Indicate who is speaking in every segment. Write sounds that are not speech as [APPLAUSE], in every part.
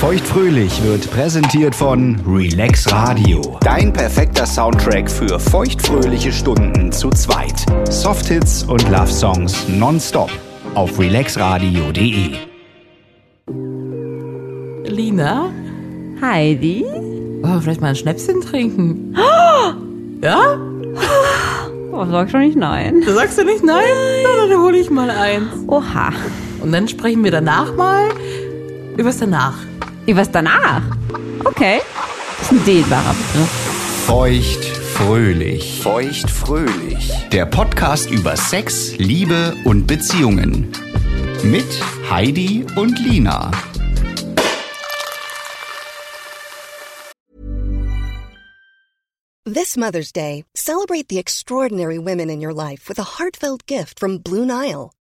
Speaker 1: Feuchtfröhlich wird präsentiert von Relax Radio. Dein perfekter Soundtrack für feuchtfröhliche Stunden zu zweit. Softhits und Love Songs nonstop auf relaxradio.de.
Speaker 2: Lina,
Speaker 3: Heidi?
Speaker 2: wollen wir vielleicht mal ein Schnäpschen trinken? [GASPS] Ja?
Speaker 3: Oh, sag schon nicht nein.
Speaker 2: Da sagst du nicht nein? Na, dann hole ich mal eins.
Speaker 3: Oha.
Speaker 2: Und dann sprechen wir danach mal übers danach.
Speaker 3: Wie was danach? Okay. Das ist ein dehnbarer Begriff.
Speaker 1: Feuchtfröhlich. Feuchtfröhlich. Der Podcast über Sex, Liebe und Beziehungen. Mit Heidi und Lina.
Speaker 4: This Mother's Day, celebrate the extraordinary women in your life with a heartfelt gift from Blue Nile.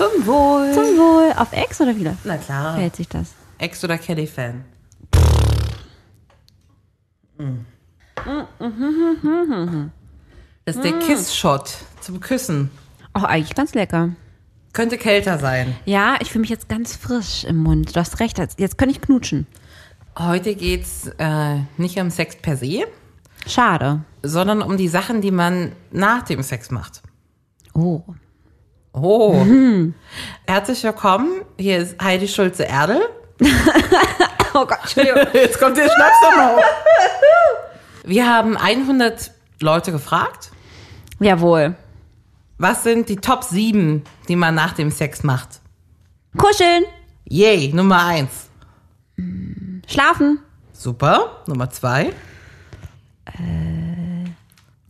Speaker 2: Zum Wohl.
Speaker 3: Zum Wohl. Auf Ex oder wieder?
Speaker 2: Na klar.
Speaker 3: Fällt sich das?
Speaker 2: Ex- oder Kelly-Fan? Das ist der Kiss-Shot zum Küssen.
Speaker 3: Oh, eigentlich ganz lecker.
Speaker 2: Könnte kälter sein.
Speaker 3: Ja, ich fühle mich jetzt ganz frisch im Mund. Du hast recht, jetzt- jetzt kann ich knutschen.
Speaker 2: Heute geht's äh, nicht um Sex per se,
Speaker 3: Schade.
Speaker 2: sondern um die Sachen, die man nach dem Sex macht.
Speaker 3: Oh.
Speaker 2: [LAUGHS] Oh. Herzlich willkommen. Hier ist Heidi Schulze-Erdel.
Speaker 3: Oh Gott, Entschuldigung.
Speaker 2: Jetzt kommt der Schnaps nochmal hoch. [LAUGHS] Wir haben 100 Leute gefragt.
Speaker 3: [LAUGHS] Jawohl.
Speaker 2: Was sind die Top 7, die man nach dem Sex macht?
Speaker 3: Kuscheln,
Speaker 2: Yay, Nummer 1.
Speaker 3: schlafen,
Speaker 2: Super. Nummer 2.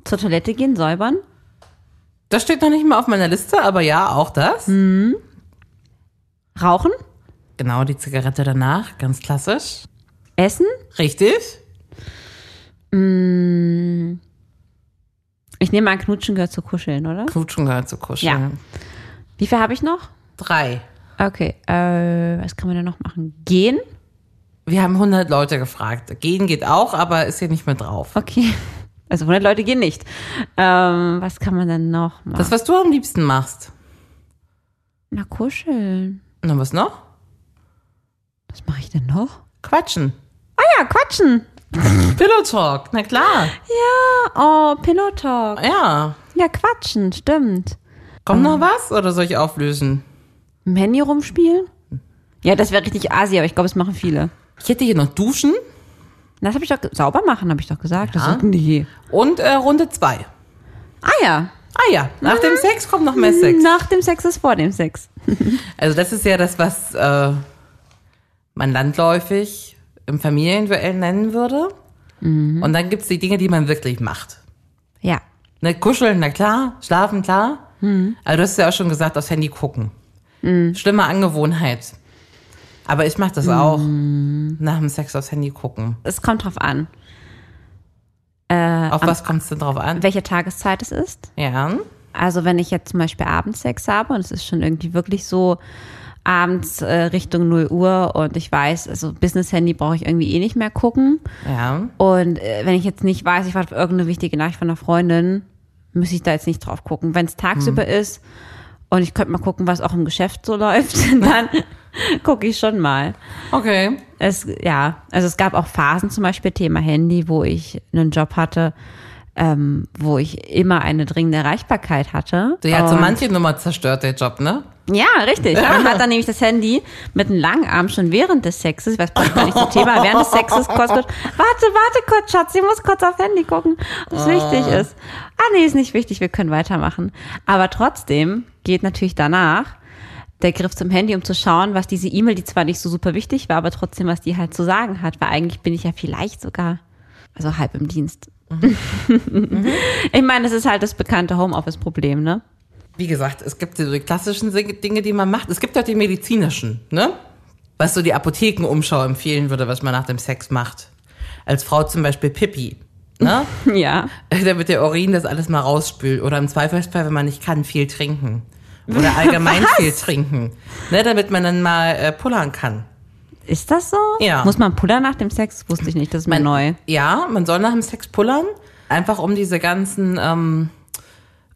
Speaker 3: zur Toilette gehen, säubern.
Speaker 2: Das steht noch nicht mal auf meiner Liste, aber ja, auch das.
Speaker 3: Rauchen?
Speaker 2: Genau, die Zigarette danach, ganz klassisch.
Speaker 3: Essen?
Speaker 2: Richtig.
Speaker 3: Ich nehme an, Knutschen gehört zu Kuscheln, oder?
Speaker 2: Knutschen gehört zu kuscheln.
Speaker 3: Wie viel habe ich noch?
Speaker 2: Drei.
Speaker 3: Okay, äh, was kann man denn noch machen? Gehen?
Speaker 2: Wir haben 100 Leute gefragt. Gehen geht auch, aber ist hier nicht mehr drauf.
Speaker 3: Okay. Also 100 Leute gehen nicht. Ähm, was kann man denn noch machen?
Speaker 2: Das, was du am liebsten machst.
Speaker 3: Na, kuscheln.
Speaker 2: Na, was noch?
Speaker 3: Was mache ich denn noch?
Speaker 2: Quatschen.
Speaker 3: Ah Ja, quatschen.
Speaker 2: Pillow Talk, na klar.
Speaker 3: Oh, Pillow Talk.
Speaker 2: Ja.
Speaker 3: Ja, quatschen, stimmt.
Speaker 2: Kommt noch was oder soll ich auflösen?
Speaker 3: Im Handy rumspielen? Ja, das wäre richtig asi, aber ich glaube, das machen viele.
Speaker 2: Ich hätte hier noch Duschen
Speaker 3: Das habe ich doch ge- sauber machen, habe ich doch gesagt. Das ist, nee.
Speaker 2: und äh, Runde zwei.
Speaker 3: Ah ja.
Speaker 2: Ah ja, nach dem Sex kommt noch mehr Sex.
Speaker 3: Nach dem Sex ist vor dem Sex.
Speaker 2: Also das ist ja das, was äh, man landläufig im Familienduell nennen würde. Und dann gibt's die Dinge, die man wirklich macht.
Speaker 3: Ja.
Speaker 2: Ne, kuscheln, na klar, schlafen, klar. Also du hast ja auch schon gesagt, aufs Handy gucken. Schlimme Angewohnheit. Aber ich mache das auch. Nach dem Sex aufs Handy gucken.
Speaker 3: Es kommt drauf an,
Speaker 2: Auf was kommst du drauf an?
Speaker 3: welche Tageszeit es ist.
Speaker 2: Ja.
Speaker 3: Also wenn ich jetzt zum Beispiel Abendsex habe und es ist schon irgendwie wirklich so abends äh, Richtung 0 Uhr und ich weiß, also Business-Handy brauche ich irgendwie eh nicht mehr gucken.
Speaker 2: Ja.
Speaker 3: Und äh, wenn ich jetzt nicht weiß, ich warte auf irgendeine wichtige Nachricht von einer Freundin, müsste ich da jetzt nicht drauf gucken. Wenn es tagsüber ist und ich könnte mal gucken, was auch im Geschäft so [LAUGHS] läuft, dann gucke ich schon mal.
Speaker 2: Okay.
Speaker 3: Es, ja, also es gab auch Phasen, zum Beispiel Thema Handy, wo ich einen Job hatte, ähm, wo ich immer eine dringende Erreichbarkeit hatte.
Speaker 2: Die hat so
Speaker 3: Und-
Speaker 2: manche Nummer zerstört, der Job, ne?
Speaker 3: ja, richtig. Man hat dann nämlich das Handy mit einem Langarm schon während des Sexes, ich weiß praktisch gar nicht zum Thema, während des Sexes kurz, kurz, warte, warte kurz, Schatz, ich muss kurz aufs Handy gucken, ob es wichtig ist. Ah, nee, ist nicht wichtig, wir können weitermachen. Aber trotzdem geht natürlich danach der Griff zum Handy, um zu schauen, was diese E-Mail, die zwar nicht so super wichtig war, aber trotzdem, was die halt zu sagen hat, weil eigentlich bin ich ja vielleicht sogar, also halb im Dienst. [LAUGHS] ich meine, das ist halt das bekannte Homeoffice-Problem, ne?
Speaker 2: Wie gesagt, es gibt so die klassischen Sing- Dinge, die man macht. Es gibt auch die medizinischen, ne? Was so die Apothekenumschau empfehlen würde, was man nach dem Sex macht. Als Frau zum Beispiel Pipi, ne?
Speaker 3: Ja.
Speaker 2: [LAUGHS] damit der Urin das alles mal rausspült. Oder im Zweifelsfall, wenn man nicht kann, viel trinken. Oder
Speaker 3: [LAUGHS]
Speaker 2: allgemein viel trinken. Ne, damit man dann mal äh, pullern kann.
Speaker 3: Ist das so?
Speaker 2: Ja.
Speaker 3: Muss man Puller nach dem Sex? Wusste ich nicht, das ist mir neu.
Speaker 2: Ja, man soll nach dem Sex pullern. Einfach um diese ganzen ähm,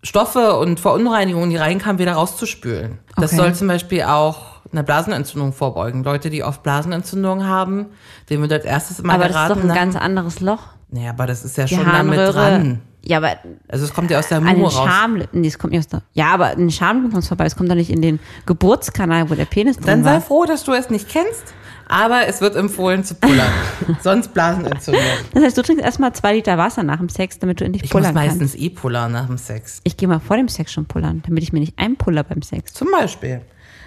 Speaker 2: Stoffe und Verunreinigungen, die reinkamen, wieder rauszuspülen. Das
Speaker 3: Okay.
Speaker 2: soll zum Beispiel auch eine Blasenentzündung vorbeugen. Leute, die oft Blasenentzündungen haben, denen wird als erstes immer
Speaker 3: Aber das ist
Speaker 2: geraten.
Speaker 3: doch ein
Speaker 2: nach-
Speaker 3: ganz anderes Loch.
Speaker 2: naja, aber das ist ja
Speaker 3: Die
Speaker 2: schon damit
Speaker 3: Harnröhre.
Speaker 2: dran.
Speaker 3: Ja, aber
Speaker 2: Also es kommt ja aus der
Speaker 3: an
Speaker 2: Mumu
Speaker 3: den
Speaker 2: raus.
Speaker 3: Schamlippen, nee, es kommt nicht aus der, ja, aber an den Schamlippen kommt es vorbei, es kommt doch nicht in den Geburtskanal, wo der Penis drin
Speaker 2: Dann sei
Speaker 3: war.
Speaker 2: froh, dass du es nicht kennst, aber es wird empfohlen zu [LAUGHS] pullern. Sonst Blasenentzündung.
Speaker 3: Das heißt, du trinkst erstmal zwei Liter Wasser nach dem Sex, damit du endlich
Speaker 2: Ich muss
Speaker 3: pullern kannst.
Speaker 2: meistens eh pullern nach dem Sex.
Speaker 3: Ich gehe mal vor dem Sex schon pullern, damit ich mir nicht einpuller beim Sex.
Speaker 2: Zum Beispiel.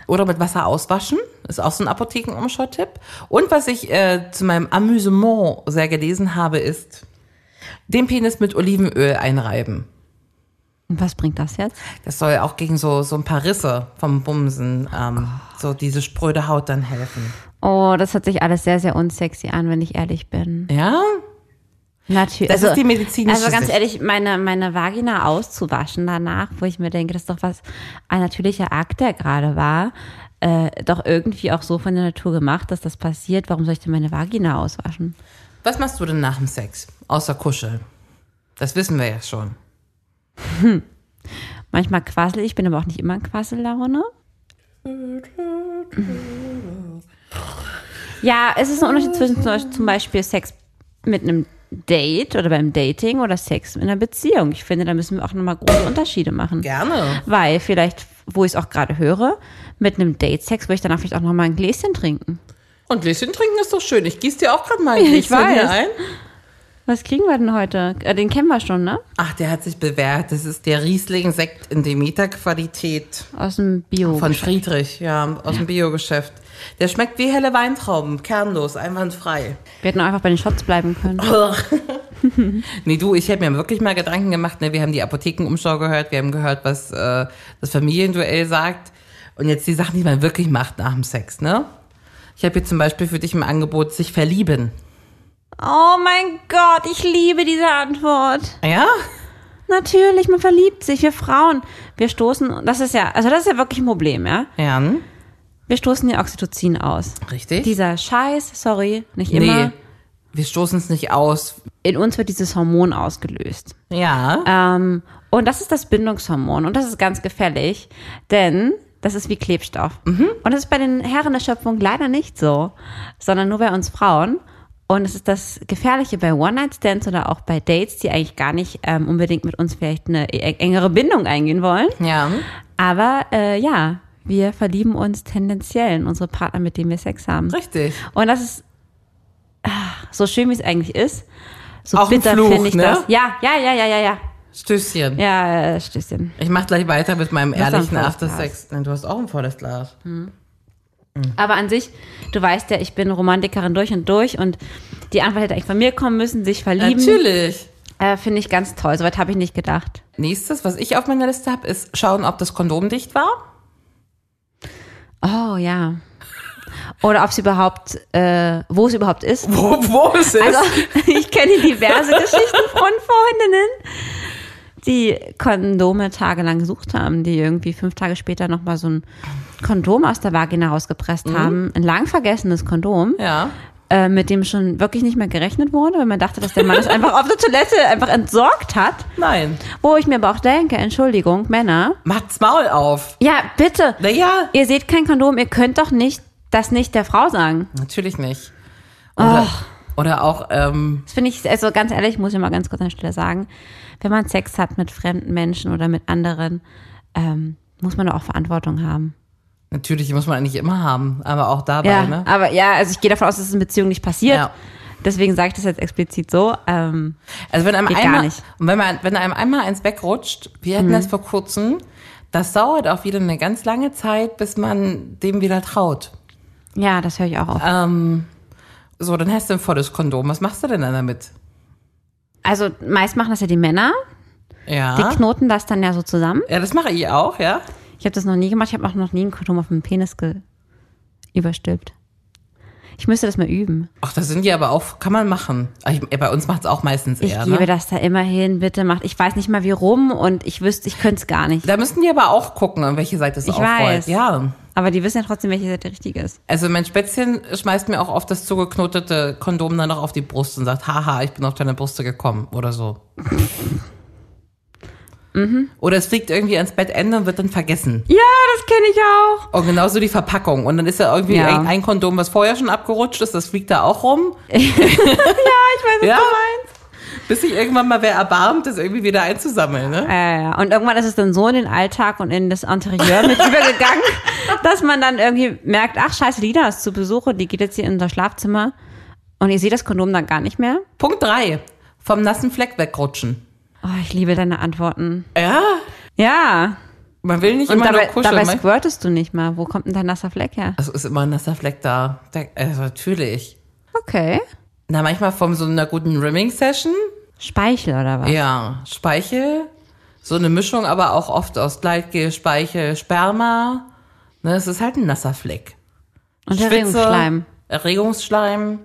Speaker 2: Oder mit Wasser auswaschen, ist auch so ein Apothekenumschau-Tipp. Und was ich äh, zu meinem Amüsement sehr gelesen habe, ist, den Penis mit Olivenöl einreiben.
Speaker 3: Und was bringt das jetzt?
Speaker 2: Das soll auch gegen so, so ein paar Risse vom Bumsen, ähm, so diese spröde Haut dann helfen.
Speaker 3: Oh, das hört sich alles sehr, sehr unsexy an, wenn ich ehrlich bin.
Speaker 2: Ja?
Speaker 3: Natürlich.
Speaker 2: Das ist die medizinische
Speaker 3: Also ganz
Speaker 2: Sicht.
Speaker 3: ehrlich, meine, meine Vagina auszuwaschen danach, wo ich mir denke, das ist doch was, ein natürlicher Akt, der gerade war, äh, doch irgendwie auch so von der Natur gemacht, dass das passiert. Warum soll ich denn meine Vagina auswaschen?
Speaker 2: Was machst du denn nach dem Sex? Außer kuscheln. Das wissen wir ja schon.
Speaker 3: Manchmal quassel ich, bin aber auch nicht immer in Quassellaune. Ja, es ist ein Unterschied zwischen zum Beispiel- zum Beispiel Sex mit einem Date oder beim Dating oder Sex in einer Beziehung. Ich finde, da müssen wir auch nochmal große Unterschiede machen.
Speaker 2: Gerne.
Speaker 3: Weil vielleicht, wo ich es auch gerade höre, mit einem Date-Sex würde ich danach vielleicht auch nochmal ein Gläschen trinken.
Speaker 2: Und Gläschen trinken ist doch schön. Ich gieße dir auch gerade mal ein
Speaker 3: Ich
Speaker 2: Gläschen
Speaker 3: weiß.
Speaker 2: hier ein.
Speaker 3: Was kriegen wir denn heute? Äh, den kennen wir schon, ne?
Speaker 2: Ach, der hat sich bewährt. Das ist der Riesling-Sekt in Demeter-Qualität
Speaker 3: Aus dem Bio.
Speaker 2: von Friedrich, ja, aus dem Biogeschäft. Der schmeckt wie helle Weintrauben, kernlos, einwandfrei.
Speaker 3: wir hätten auch einfach bei den Shots bleiben können.
Speaker 2: Nee, du, ich hätte mir wirklich mal Gedanken gemacht. Ne? Wir haben die Apothekenumschau gehört, wir haben gehört, was äh, das Familienduell sagt. Und jetzt die Sachen, die man wirklich macht nach dem Sex, ne? Ich habe hier zum Beispiel für dich im Angebot sich verlieben.
Speaker 3: Oh mein Gott, ich liebe diese Antwort.
Speaker 2: Ja?
Speaker 3: Natürlich, man verliebt sich, wir Frauen. Wir stoßen, das ist ja, also das ist ja wirklich ein Problem, ja?
Speaker 2: Ja, hm?
Speaker 3: Wir stoßen ja Oxytocin aus.
Speaker 2: richtig.
Speaker 3: Dieser Scheiß, sorry, nicht immer.
Speaker 2: nee, wir stoßen es nicht aus.
Speaker 3: In uns wird dieses Hormon ausgelöst.
Speaker 2: Ja.
Speaker 3: Ähm, und das ist das Bindungshormon und das ist ganz gefährlich, denn das ist wie Klebstoff.
Speaker 2: Mhm.
Speaker 3: Und das ist bei den Herren der Schöpfung leider nicht so, sondern nur bei uns Frauen. Und es ist das Gefährliche bei One-Night-Stands oder auch bei Dates, die eigentlich gar nicht ähm, unbedingt mit uns vielleicht eine e- engere Bindung eingehen wollen.
Speaker 2: ja.
Speaker 3: Aber äh, ja, wir verlieben uns tendenziell in unsere Partner, mit denen wir Sex haben.
Speaker 2: Richtig.
Speaker 3: Und das ist ah, so schön, wie es eigentlich ist. So
Speaker 2: Auch ein
Speaker 3: bitter
Speaker 2: Fluch,
Speaker 3: finde ich
Speaker 2: ne?
Speaker 3: das. Ja, ja, ja, ja, ja, ja.
Speaker 2: Stößchen.
Speaker 3: Ja, äh, Stößchen.
Speaker 2: Ich mach gleich weiter mit meinem
Speaker 3: hast
Speaker 2: ehrlichen
Speaker 3: auch ein volles
Speaker 2: Aftersex. Nein, du hast auch ein volles Glas.
Speaker 3: Aber an sich, du weißt ja, ich bin Romantikerin durch und durch und die Antwort hätte eigentlich von mir kommen müssen, sich verlieben.
Speaker 2: Natürlich.
Speaker 3: Äh, Finde ich ganz toll. Soweit habe ich nicht gedacht.
Speaker 2: Nächstes, was ich auf meiner Liste habe, ist schauen, ob das Kondom dicht war.
Speaker 3: Oh ja. Oder ob es überhaupt, äh, wo es überhaupt ist.
Speaker 2: Wo, wo es ist.
Speaker 3: [LAUGHS] Also, ich kenne diverse Geschichten von Freundinnen, die Kondome tagelang gesucht haben, die irgendwie fünf Tage später nochmal so ein Kondom aus der Vagina rausgepresst
Speaker 2: Mhm.
Speaker 3: haben. Ein lang vergessenes Kondom.
Speaker 2: Ja.
Speaker 3: Äh, mit dem schon wirklich nicht mehr gerechnet wurde, weil man dachte, dass der Mann es einfach auf der Toilette einfach entsorgt hat.
Speaker 2: Nein.
Speaker 3: Wo ich mir aber auch denke, Entschuldigung, Männer.
Speaker 2: Macht's Maul auf.
Speaker 3: Ja, bitte.
Speaker 2: Naja.
Speaker 3: Ihr seht kein Kondom, ihr könnt doch nicht das nicht der Frau sagen.
Speaker 2: Natürlich nicht. Oder, oder auch, ähm,
Speaker 3: Das finde ich, also ganz ehrlich, muss ich mal ganz kurz an der Stelle sagen, wenn man Sex hat mit fremden Menschen oder mit anderen, ähm, muss man doch auch Verantwortung haben.
Speaker 2: natürlich muss man eigentlich immer haben, aber auch dabei,
Speaker 3: Ja,
Speaker 2: ne?
Speaker 3: aber ja, also ich gehe davon aus, dass es in Beziehung nicht passiert.
Speaker 2: Ja.
Speaker 3: Deswegen sage ich das jetzt explizit so. Ähm,
Speaker 2: Also wenn einem
Speaker 3: Geht
Speaker 2: einmal,
Speaker 3: gar nicht. Mhm.
Speaker 2: Und wenn, man, wenn einem einmal eins wegrutscht, wir hatten das vor kurzem, das dauert auch wieder eine ganz lange Zeit, bis man dem wieder traut.
Speaker 3: ja, das höre ich auch auf.
Speaker 2: Ähm. So, dann hast du ein volles Kondom. Was machst du denn dann damit?
Speaker 3: Also meist machen das ja die Männer, die
Speaker 2: Ja.
Speaker 3: knoten das dann ja so zusammen.
Speaker 2: Ja, das mache ich auch, ja.
Speaker 3: Ich habe das noch nie gemacht, ich habe auch noch nie ein Kondom auf dem Penis ge überstülpt. Ich müsste das mal üben.
Speaker 2: Ach, das sind die aber auch, kann man machen. Aber Ich, bei uns macht es auch meistens
Speaker 3: Ich
Speaker 2: eher,
Speaker 3: gebe
Speaker 2: ne?
Speaker 3: das da immer hin, bitte macht. Ich weiß nicht mal wie rum und ich wüsste, ich könnte es gar nicht.
Speaker 2: Da müssen die aber auch gucken, an welche Seite es
Speaker 3: Ich
Speaker 2: aufrollt.
Speaker 3: weiß.
Speaker 2: Ja.
Speaker 3: Aber die wissen ja trotzdem, welche Seite richtig ist.
Speaker 2: Also mein Spätzchen schmeißt mir auch oft das zugeknotete Kondom dann noch auf die Brust und sagt, haha, ich bin auf deine Brüste gekommen oder
Speaker 3: [LAUGHS]
Speaker 2: so. Oder es fliegt irgendwie ans Bettende und wird dann vergessen.
Speaker 3: Mhm. Ja, das kenne ich auch.
Speaker 2: Und genauso die Verpackung. Und dann ist da irgendwie
Speaker 3: Ja.
Speaker 2: ein, ein Kondom, was vorher schon abgerutscht ist, das fliegt da auch rum. ja, ich weiß, was du meinst. Bis sich irgendwann mal wer erbarmt, das irgendwie wieder einzusammeln. Ne?
Speaker 3: Äh, und irgendwann ist es dann so in den Alltag und in das Interieur mit [LAUGHS] übergegangen, dass man dann irgendwie merkt, ach scheiße, Lina ist zu Besuch und die geht jetzt hier in unser Schlafzimmer und ihr seht das Kondom dann gar nicht mehr.
Speaker 2: Punkt drei Vom nassen Fleck wegrutschen.
Speaker 3: Oh, ich liebe deine Antworten.
Speaker 2: Ja,
Speaker 3: Ja.
Speaker 2: man will nicht
Speaker 3: Und
Speaker 2: immer
Speaker 3: dabei,
Speaker 2: nur kuscheln. ne?
Speaker 3: dabei
Speaker 2: man-
Speaker 3: squirtest du nicht mal. Wo kommt denn dein nasser Fleck her?
Speaker 2: Also ist immer ein nasser Fleck da. da also natürlich.
Speaker 3: Okay.
Speaker 2: Na, manchmal von so einer guten Rimming-Session.
Speaker 3: Speichel oder was?
Speaker 2: Ja, Speichel. So eine Mischung, aber auch oft aus Gleitgel, Speichel, Sperma. Ne, es ist halt ein nasser Fleck.
Speaker 3: Und
Speaker 2: Schwitze,
Speaker 3: Erregungsschleim.
Speaker 2: Erregungsschleim,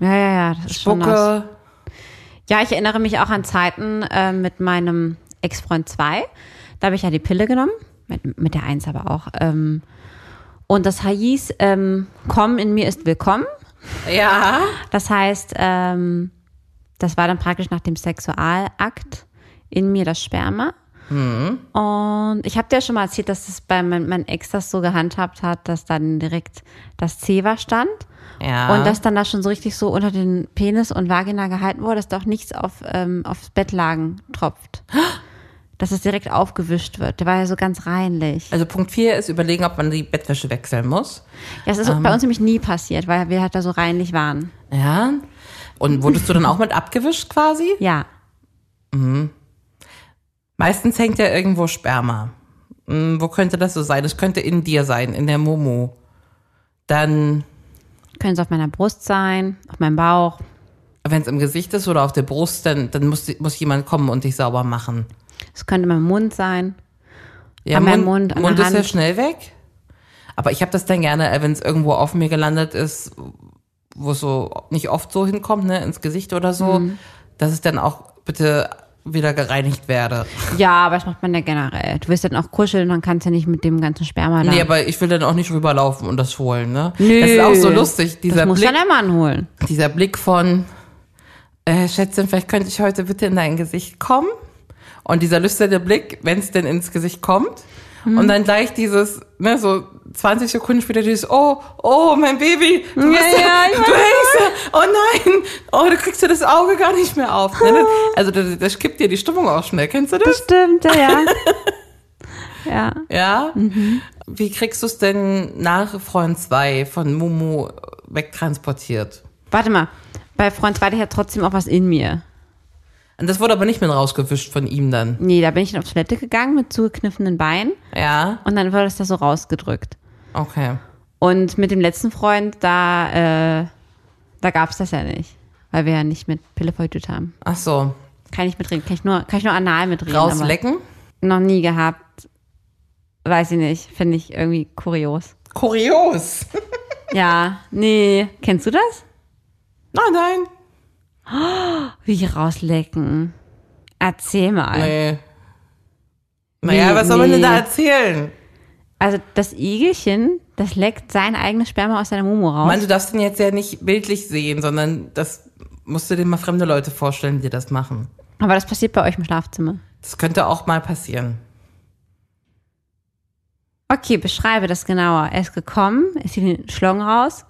Speaker 3: Ja, ja, ja. Das ist schon nass.
Speaker 2: Spucke.
Speaker 3: Ja, ich erinnere mich auch an Zeiten äh, mit meinem Ex-Freund 2. Da habe ich ja die Pille genommen, mit, mit der 1 aber auch. Ähm, und das hieß, ähm, komm in mir ist willkommen.
Speaker 2: Ja.
Speaker 3: Das heißt, ähm, das war dann praktisch nach dem Sexualakt in mir das Sperma. Und ich habe dir schon mal erzählt, dass das bei mein, mein Ex das so gehandhabt hat, dass dann direkt das Zewa stand.
Speaker 2: Ja.
Speaker 3: Und dass dann da schon so richtig so unter den Penis und Vagina gehalten wurde, dass doch nichts auf, ähm, aufs Bettlaken tropft. Dass es direkt aufgewischt wird. Der war ja so ganz reinlich.
Speaker 2: Also Punkt vier ist überlegen, ob man die Bettwäsche wechseln muss.
Speaker 3: Das ist bei uns nämlich nie passiert, weil wir halt da so reinlich waren.
Speaker 2: Ja. Und wurdest du dann auch mit abgewischt quasi?
Speaker 3: Ja.
Speaker 2: Meistens hängt ja irgendwo Sperma. Hm, wo könnte das so sein? Das könnte in dir sein, in der Momo. Dann,
Speaker 3: Können es auf meiner Brust sein, auf meinem Bauch.
Speaker 2: wenn es im Gesicht ist oder auf der Brust, dann, dann muss, die- muss jemand kommen und dich sauber machen.
Speaker 3: Es könnte mein Mund sein.
Speaker 2: Ja,
Speaker 3: An meinem Mund, an der
Speaker 2: Mund ist ja
Speaker 3: Hand.
Speaker 2: schnell weg. Aber ich habe das dann gerne, wenn es irgendwo auf mir gelandet ist, wo es so nicht oft so hinkommt, ne, ins Gesicht oder so,
Speaker 3: Mhm.
Speaker 2: dass es dann auch bitte wieder gereinigt werde.
Speaker 3: Ja, aber das macht man ja generell. Du willst dann auch kuscheln, dann kannst du ja nicht mit dem ganzen Sperma da.
Speaker 2: Nee, aber ich will dann auch nicht rüberlaufen und das holen, ne?
Speaker 3: Nö.
Speaker 2: Das ist auch so lustig,
Speaker 3: das
Speaker 2: dieser
Speaker 3: muss
Speaker 2: Blick,
Speaker 3: dann der Mann holen.
Speaker 2: dieser Blick von, äh, Schätzchen, vielleicht könnte ich heute bitte in dein Gesicht kommen. Und dieser lüsterne Blick, wenn es denn ins Gesicht kommt. Und dann gleich dieses, ne, so 20 Sekunden später dieses, oh, oh, mein Baby, du bist ja, du hängst, ja. oh nein, oh, du kriegst ja das Auge gar nicht mehr auf. Ne? Also das, das kippt dir die Stimmung auch schnell, kennst du das?
Speaker 3: Stimmt, ja, ja. [LAUGHS] ja.
Speaker 2: Ja. Wie kriegst du es denn nach Freund 2 von Mumu wegtransportiert?
Speaker 3: Warte mal. Bei Freund 2 hatte ich ja trotzdem auch was in mir.
Speaker 2: Und das wurde aber nicht mehr rausgewischt von ihm dann.
Speaker 3: Nee, da bin ich dann auf Toilette gegangen mit zugekniffenen Beinen
Speaker 2: Ja,
Speaker 3: und dann wurde das da so rausgedrückt.
Speaker 2: okay.
Speaker 3: Und mit dem letzten Freund, da, äh, da gab's das ja nicht. Weil wir ja nicht mit Pille verhütet haben.
Speaker 2: Ach so.
Speaker 3: Kann ich mitreden. Kann ich nur, kann ich nur anal mitreden. Hm, aber-
Speaker 2: Rauslecken?
Speaker 3: noch nie gehabt. Weiß ich nicht, finde ich irgendwie kurios.
Speaker 2: Kurios.
Speaker 3: Ja, nee. Kennst du das?
Speaker 2: Nein, nein.
Speaker 3: Wie rauslecken. Erzähl mal.
Speaker 2: Nee. Naja,
Speaker 3: Nee,
Speaker 2: was soll man denn
Speaker 3: nee.
Speaker 2: da erzählen?
Speaker 3: Also das Igelchen, das leckt sein eigenes Sperma aus seiner Mumu raus.
Speaker 2: Mann, du darfst den jetzt ja nicht bildlich sehen, sondern das musst du dir mal fremde Leute vorstellen, die das machen.
Speaker 3: Aber das passiert bei euch im Schlafzimmer.
Speaker 2: Das könnte auch mal passieren.
Speaker 3: Okay, beschreibe das genauer. Er ist gekommen, er zieht den Schlong raus,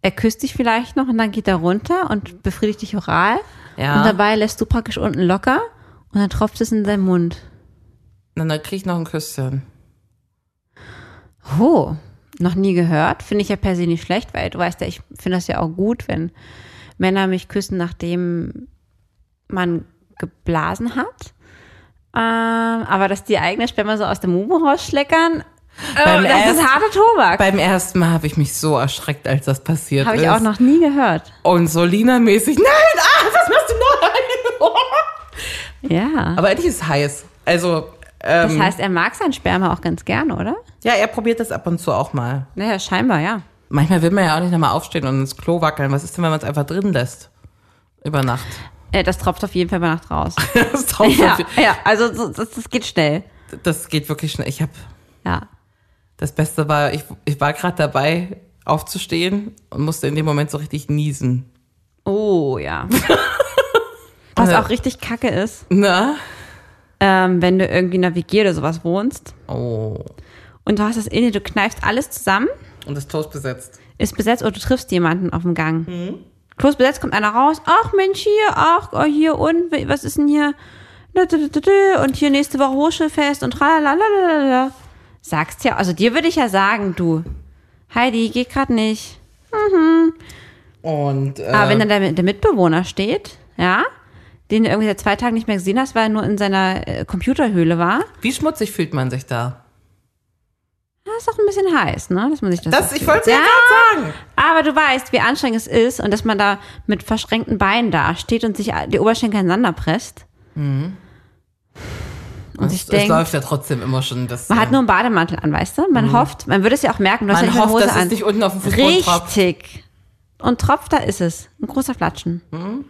Speaker 3: er küsst dich vielleicht noch und dann geht er runter und befriedigt dich oral.
Speaker 2: Ja.
Speaker 3: Und dabei lässt du praktisch unten locker und dann tropft es in seinen Mund.
Speaker 2: Na, dann krieg ich noch ein Küsschen.
Speaker 3: Oh, noch nie gehört. Finde ich ja per se nicht schlecht, weil du weißt ja, ich finde das ja auch gut, wenn Männer mich küssen, nachdem man geblasen hat. Ähm, aber dass die eigene Sperma so aus dem Mumu rausschleckern,
Speaker 2: Beim
Speaker 3: ähm, das ist
Speaker 2: ersten-
Speaker 3: harter Tobak.
Speaker 2: Beim ersten Mal habe ich mich so erschreckt, als das passiert
Speaker 3: Habe
Speaker 2: ist.
Speaker 3: ich auch noch nie gehört.
Speaker 2: Und Solina-mäßig, nein, ah, was machst du noch?
Speaker 3: Ja.
Speaker 2: [LAUGHS] Aber endlich ist es heiß. Also, ähm,
Speaker 3: Das heißt, er mag sein Sperma auch ganz gerne, oder?
Speaker 2: ja, er probiert das ab und zu auch mal.
Speaker 3: Naja, scheinbar, ja.
Speaker 2: Manchmal will man ja auch nicht nochmal aufstehen und ins Klo wackeln. Was ist denn, wenn man es einfach drin lässt? Über Nacht.
Speaker 3: Äh, Das tropft auf jeden Fall bei Nacht raus.
Speaker 2: [LAUGHS] Das, taucht so
Speaker 3: ja,
Speaker 2: viel-
Speaker 3: [LAUGHS] ja, also so- das, das geht schnell.
Speaker 2: das geht wirklich schnell. Ich habe
Speaker 3: Ja.
Speaker 2: Das Beste war, ich, ich war gerade dabei, aufzustehen und musste in dem Moment so richtig niesen.
Speaker 3: Oh, ja. Was auch richtig kacke ist,
Speaker 2: Na?
Speaker 3: ähm, wenn du irgendwie in einer WG oder sowas wohnst
Speaker 2: Oh.
Speaker 3: und du hast das in dir, du kneifst alles zusammen,
Speaker 2: Und das Tor ist besetzt.
Speaker 3: ist besetzt oder du triffst jemanden auf dem Gang. Mhm. Klo ist besetzt, kommt einer raus, ach Mensch, hier, ach, oh, hier und we- was ist denn hier? Dö, dö, dö, dö, dö, Und hier nächste Woche Hochschulfest und tralalalala. Sagst ja, also dir würde ich ja sagen, du, Heidi, geht grad nicht.
Speaker 2: Und äh,
Speaker 3: Aber wenn dann der, der Mitbewohner steht, ja, den du irgendwie seit zwei Tagen nicht mehr gesehen hast, weil er nur in seiner äh, Computerhöhle war,
Speaker 2: wie schmutzig fühlt man sich da?
Speaker 3: das ist doch ein bisschen heiß, ne? Dass man sich das.
Speaker 2: Das,
Speaker 3: so
Speaker 2: ich
Speaker 3: fühlt.
Speaker 2: wollte es ja gerade sagen.
Speaker 3: Aber du weißt, wie anstrengend es ist und dass man da mit verschränkten Beinen da steht und sich die Oberschenkel ineinander presst. Und
Speaker 2: es,
Speaker 3: ich
Speaker 2: es
Speaker 3: denke,
Speaker 2: Mhm. läuft ja trotzdem immer schon. Das,
Speaker 3: man hat nur einen Bademantel an, weißt du? Man hofft, man würde es ja auch merken, du hast ja
Speaker 2: man
Speaker 3: nicht mal
Speaker 2: hofft,
Speaker 3: Hose
Speaker 2: dass
Speaker 3: an.
Speaker 2: es nicht unten auf dem Fußboden tropft.
Speaker 3: Richtig. Und Tropf, da ist es. Ein großer Flatschen.
Speaker 2: Hm?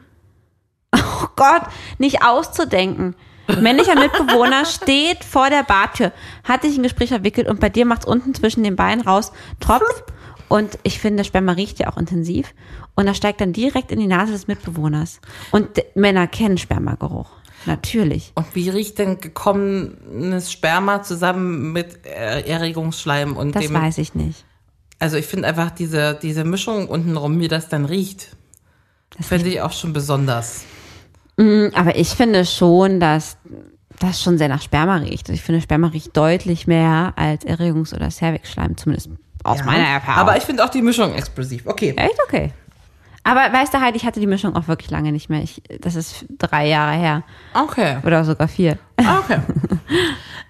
Speaker 3: Oh Gott, nicht auszudenken. Männlicher
Speaker 2: [LAUGHS]
Speaker 3: Mitbewohner steht vor der Bartür, hat dich in Gespräch verwickelt und bei dir macht es unten zwischen den Beinen raus Tropf.
Speaker 2: [LAUGHS]
Speaker 3: Und ich finde, Sperma riecht ja auch intensiv. Und das steigt dann direkt in die Nase des Mitbewohners. Und d- Männer kennen Spermageruch. Natürlich.
Speaker 2: Und wie riecht denn gekommenes Sperma zusammen mit äh, Erregungsschleim und
Speaker 3: Das
Speaker 2: dem?
Speaker 3: weiß ich nicht.
Speaker 2: Also ich finde einfach diese, diese Mischung untenrum, wie das dann riecht,
Speaker 3: Das
Speaker 2: finde ich auch schon besonders.
Speaker 3: Aber ich finde schon, dass das schon sehr nach Sperma riecht. Also Ich finde, Sperma riecht deutlich mehr als Erregungs- oder Cervixschleim, zumindest aus meiner Erfahrung.
Speaker 2: Mhm. Aber ich finde auch die Mischung explosiv. Okay.
Speaker 3: Echt okay. Aber weißt du halt, ich hatte die Mischung auch wirklich lange nicht mehr. Ich, das ist drei Jahre her
Speaker 2: Okay.
Speaker 3: oder sogar vier. [LAUGHS]
Speaker 2: Okay.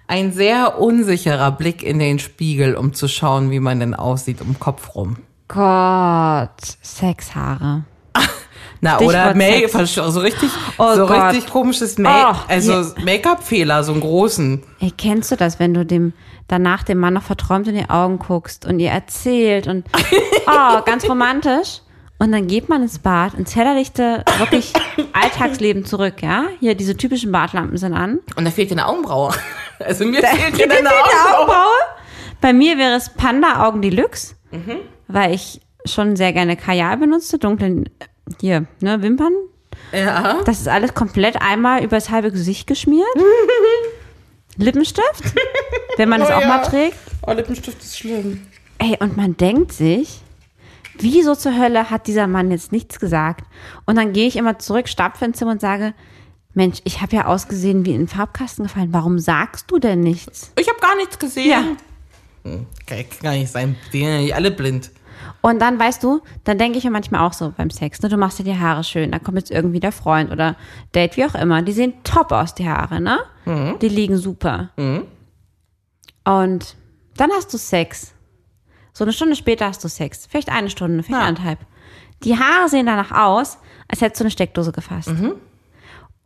Speaker 2: Ein sehr unsicherer Blick in den Spiegel, um zu schauen, wie man denn aussieht um Kopf rum.
Speaker 3: Gott, Sexhaare.
Speaker 2: Na,
Speaker 3: Stichwort
Speaker 2: oder Make
Speaker 3: Sex.
Speaker 2: so richtig,
Speaker 3: Oh
Speaker 2: so
Speaker 3: Gott.
Speaker 2: richtig komisches Make,
Speaker 3: Oh,
Speaker 2: also
Speaker 3: ja.
Speaker 2: Make-up-Fehler, so einen großen.
Speaker 3: Ey, kennst du das, wenn du dem danach dem Mann noch verträumt in die Augen guckst und ihr erzählt und oh, ganz romantisch. Und dann geht man ins Bad, ins hellerlichte, wirklich Alltagsleben zurück, ja? Hier, diese typischen Badlampen sind an.
Speaker 2: Und da fehlt dir eine Augenbraue. [LAUGHS] Also mir fehlt dir
Speaker 3: Geht
Speaker 2: eine
Speaker 3: dir die
Speaker 2: Augenbraue.
Speaker 3: Augenbraue? Bei mir wäre es Panda-Augen Deluxe, weil ich schon sehr gerne Kajal benutze, dunklen, äh, hier, ne, Wimpern.
Speaker 2: Ja.
Speaker 3: Das ist alles komplett einmal übers halbe Gesicht
Speaker 2: [LAUGHS]
Speaker 3: geschmiert. Lippenstift, wenn man das auch mal trägt.
Speaker 2: Oh, Lippenstift ist schlimm.
Speaker 3: Ey, und man denkt sich, wieso zur Hölle hat dieser Mann jetzt nichts gesagt? Und dann gehe ich immer zurück, stapfe ins Zimmer und sage, Mensch, ich habe ja ausgesehen wie in den Farbkasten gefallen. Warum sagst du denn nichts?
Speaker 2: Ich habe gar nichts gesehen.
Speaker 3: Ja.
Speaker 2: Okay, Hm, kann gar nicht sein. Die sind ja nicht alle blind.
Speaker 3: Und dann, weißt du, dann denke ich ja manchmal auch so beim Sex, ne? Du machst dir die Haare schön, dann kommt jetzt irgendwie der Freund oder Date, wie auch immer. Die sehen top aus, die Haare, ne? Die liegen super. Und dann hast du Sex. So eine Stunde später hast du Sex. Vielleicht eine Stunde, vielleicht anderthalb. Die Haare sehen danach aus, als hättest du eine Steckdose gefasst.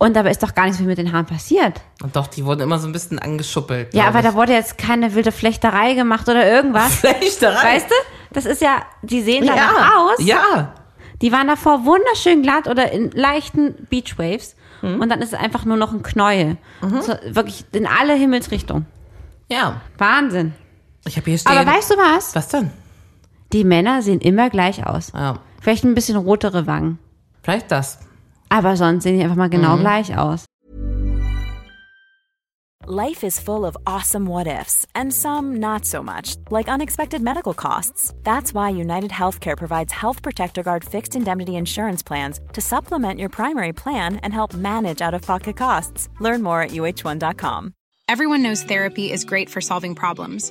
Speaker 3: Und dabei ist doch gar nicht so viel mit den Haaren passiert.
Speaker 2: Und doch, die wurden immer so ein bisschen angeschuppelt.
Speaker 3: Ja,
Speaker 2: glaub
Speaker 3: aber
Speaker 2: ich.
Speaker 3: da wurde jetzt keine wilde Flechterei gemacht oder irgendwas.
Speaker 2: [LAUGHS] Vielleicht da rein.
Speaker 3: Weißt du? Das ist ja, die sehen danach
Speaker 2: ja.
Speaker 3: aus.
Speaker 2: Ja.
Speaker 3: Die waren davor wunderschön glatt oder in leichten Beachwaves. und dann ist es einfach nur noch ein Knäuel. So, wirklich in alle Himmelsrichtungen.
Speaker 2: Ja.
Speaker 3: Wahnsinn.
Speaker 2: Ich habe hier stehen.
Speaker 3: Aber weißt du was?
Speaker 2: was denn?
Speaker 3: Die Männer sehen immer gleich aus.
Speaker 2: Ja.
Speaker 3: Vielleicht ein bisschen rotere Wangen.
Speaker 2: Vielleicht das.
Speaker 3: Aber sonst sehen die einfach mal genau gleich aus.
Speaker 5: Life is full of awesome what ifs and some not so much, like unexpected medical costs. That's why United Healthcare provides Health Protector Guard fixed indemnity insurance plans to supplement your primary plan and help manage out of pocket costs. Learn more at uh1.com.
Speaker 6: Everyone knows therapy is great for solving problems,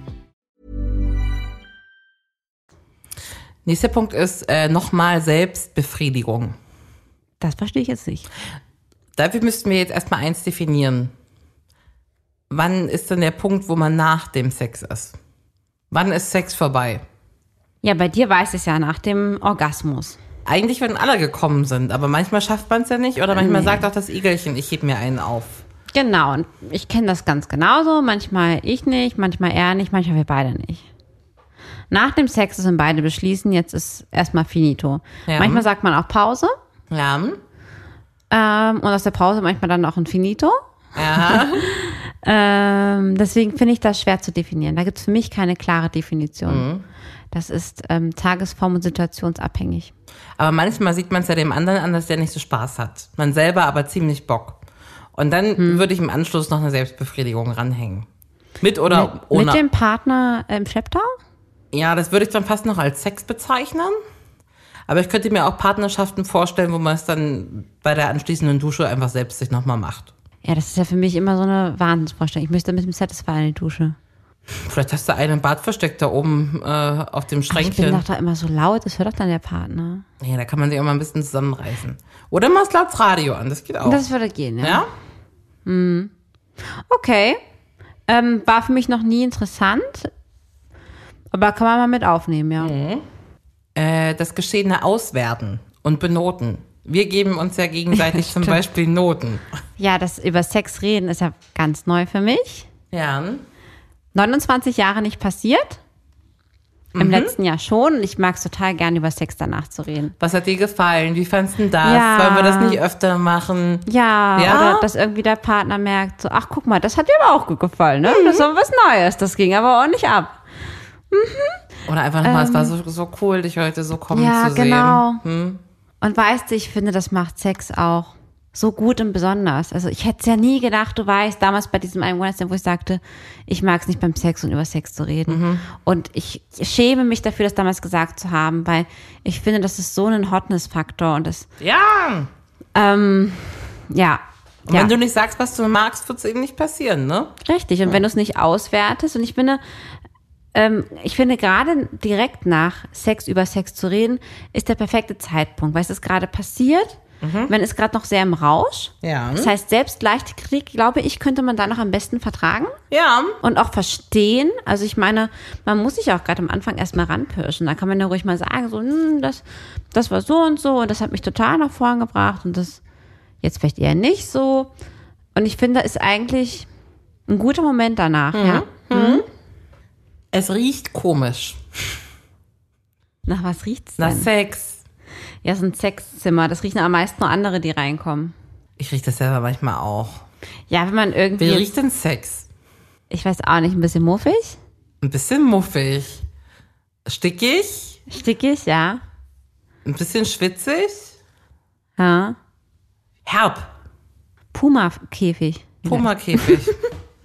Speaker 2: Nächster Punkt ist äh, nochmal Selbstbefriedigung.
Speaker 3: Das verstehe ich jetzt nicht.
Speaker 2: Dafür müssten wir jetzt erstmal eins definieren. Wann ist denn der Punkt, wo man nach dem Sex ist? Wann ist Sex vorbei?
Speaker 3: Ja, bei dir weiß es ja nach dem Orgasmus.
Speaker 2: Eigentlich, wenn alle gekommen sind, aber manchmal schafft man es ja nicht oder manchmal sagt auch das Igelchen, ich heb mir einen auf.
Speaker 3: Genau, und ich kenne das ganz genauso. Manchmal ich nicht, manchmal er nicht, manchmal wir beide nicht. Nach dem Sex sind beide beschließen, jetzt ist erstmal finito.
Speaker 2: Ja.
Speaker 3: Manchmal sagt man auch Pause
Speaker 2: Ja,
Speaker 3: ähm, und aus der Pause manchmal dann auch ein Finito.
Speaker 2: ja.
Speaker 3: [LAUGHS] Ähm, deswegen finde ich das schwer zu definieren. Da gibt es für mich keine klare Definition.
Speaker 2: Mhm.
Speaker 3: Das ist ähm, tagesform- und situationsabhängig.
Speaker 2: aber manchmal sieht man es ja dem anderen an, dass der nicht so Spaß hat. Man selber aber ziemlich Bock. Und dann würde ich im Anschluss noch eine Selbstbefriedigung ranhängen. Mit oder ohne.
Speaker 3: Mit dem Partner im Schlepptau?
Speaker 2: Ja, das würde ich dann fast noch als Sex bezeichnen. Aber ich könnte mir auch Partnerschaften vorstellen, wo man es dann bei der anschließenden Dusche einfach selbst sich nochmal macht.
Speaker 3: Ja, das ist ja für mich immer so eine Wahnsinnsvorstellung. Ich müsste mit dem Satisfy in die Dusche.
Speaker 2: Vielleicht hast du einen im Bad versteckt da oben äh, auf dem
Speaker 3: Aber ich bin
Speaker 2: Schränkchen.
Speaker 3: doch da immer so laut, das hört doch dann der Partner.
Speaker 2: Ja, da kann man sich auch mal ein bisschen zusammenreißen. Oder machst laut das Radio an, das geht auch.
Speaker 3: Das würde gehen, ja.
Speaker 2: Oh. ja?
Speaker 3: Okay. Ähm, war für mich noch nie interessant. Aber kann man mal mit aufnehmen, ja.
Speaker 2: Äh, das Geschehene auswerten und benoten. Wir geben uns ja
Speaker 3: [LAUGHS]
Speaker 2: gegenseitig zum Beispiel Noten.
Speaker 3: Ja, das über Sex reden ist ja ganz neu für mich.
Speaker 2: Ja.
Speaker 3: 29 Jahre nicht passiert. Im letzten Jahr schon. Und ich mag es total gern, über Sex danach zu reden.
Speaker 2: Was hat dir gefallen? Wie fandst du das?
Speaker 3: Ja.
Speaker 2: Sollen wir das nicht öfter machen?
Speaker 3: Ja,
Speaker 2: Ja?
Speaker 3: oder dass irgendwie der Partner merkt, so, ach guck mal, das hat dir aber auch gut gefallen, ne? Das war was Neues, das ging aber ordentlich ab.
Speaker 2: Oder einfach nochmal, es war so, so cool, dich heute so kommen
Speaker 3: Ähm, ja,
Speaker 2: um zu
Speaker 3: genau.
Speaker 2: sehen. Hm?
Speaker 3: Und weißt du, ich finde, das macht Sex auch so gut und besonders. Also ich hätte es ja nie gedacht, du weißt, damals bei diesem einen One-Night-Stand, wo ich sagte, ich mag es nicht beim Sex und über Sex zu reden.
Speaker 2: Mhm.
Speaker 3: Und ich schäme mich dafür, das damals gesagt zu haben, weil ich finde, das ist so ein Hotness-Faktor und das,
Speaker 2: Ja.
Speaker 3: ähm, ja.
Speaker 2: Und
Speaker 3: ja.
Speaker 2: wenn du nicht sagst, was du magst, wird es eben nicht passieren, ne?
Speaker 3: Richtig, und wenn du es nicht auswertest, und ich finde, ähm, ich finde gerade direkt nach Sex über Sex zu reden, ist der perfekte Zeitpunkt, weil es ist gerade passiert, man ist gerade noch sehr im Rausch.
Speaker 2: Ja.
Speaker 3: Das heißt, selbst leichte Krieg, glaube ich, könnte man da noch am besten vertragen
Speaker 2: Ja.
Speaker 3: und auch verstehen. Also ich meine, man muss sich auch gerade am Anfang erstmal ranpirschen. Da kann man ja ruhig mal sagen, so, hm, das, das war so und so und das hat mich total nach vorn gebracht und das jetzt vielleicht eher nicht so. Und ich finde, ist eigentlich ein guter Moment danach,
Speaker 2: Mhm.
Speaker 3: ja.
Speaker 2: Es riecht komisch.
Speaker 3: Nach was riecht's
Speaker 2: Nach
Speaker 3: denn?
Speaker 2: Sex.
Speaker 3: Ja, so ein Sexzimmer. Das riechen am meisten nur andere, die reinkommen.
Speaker 2: Ich rieche das selber manchmal auch.
Speaker 3: Ja, wenn man
Speaker 2: Wie
Speaker 3: irgendwie,
Speaker 2: riecht denn Sex?
Speaker 3: ich weiß auch nicht, ein bisschen muffig,
Speaker 2: Ein bisschen muffig. Stickig?
Speaker 3: stickig, ja.
Speaker 2: Ein bisschen schwitzig?
Speaker 3: ja.
Speaker 2: Herb.
Speaker 3: Puma-Käfig.
Speaker 2: Puma-Käfig.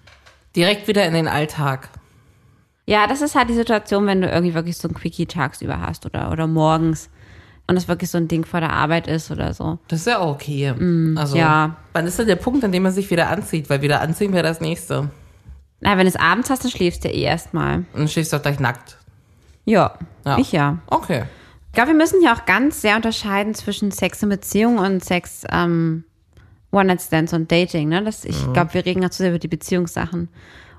Speaker 2: [LAUGHS] Direkt wieder in den Alltag.
Speaker 3: Ja, das ist halt die Situation, wenn du irgendwie wirklich so ein Quickie tagsüber hast oder, oder morgens und das wirklich so ein Ding vor der Arbeit ist oder so.
Speaker 2: Das ist ja auch okay. also,
Speaker 3: ja.
Speaker 2: Wann ist denn der Punkt, an dem man sich wieder anzieht? Weil wieder anziehen wäre das nächste.
Speaker 3: Na, wenn du es abends hast, dann schläfst du ja eh erstmal.
Speaker 2: Und dann schläfst du doch gleich nackt.
Speaker 3: Ja,
Speaker 2: Ja.
Speaker 3: ich ja.
Speaker 2: Okay.
Speaker 3: Ich glaube, wir müssen ja auch ganz sehr unterscheiden zwischen Sex in Beziehung und Sex ähm, One-Night-Stands und Dating, ne? Das, ich glaube, wir reden ganz zu sehr über die Beziehungssachen.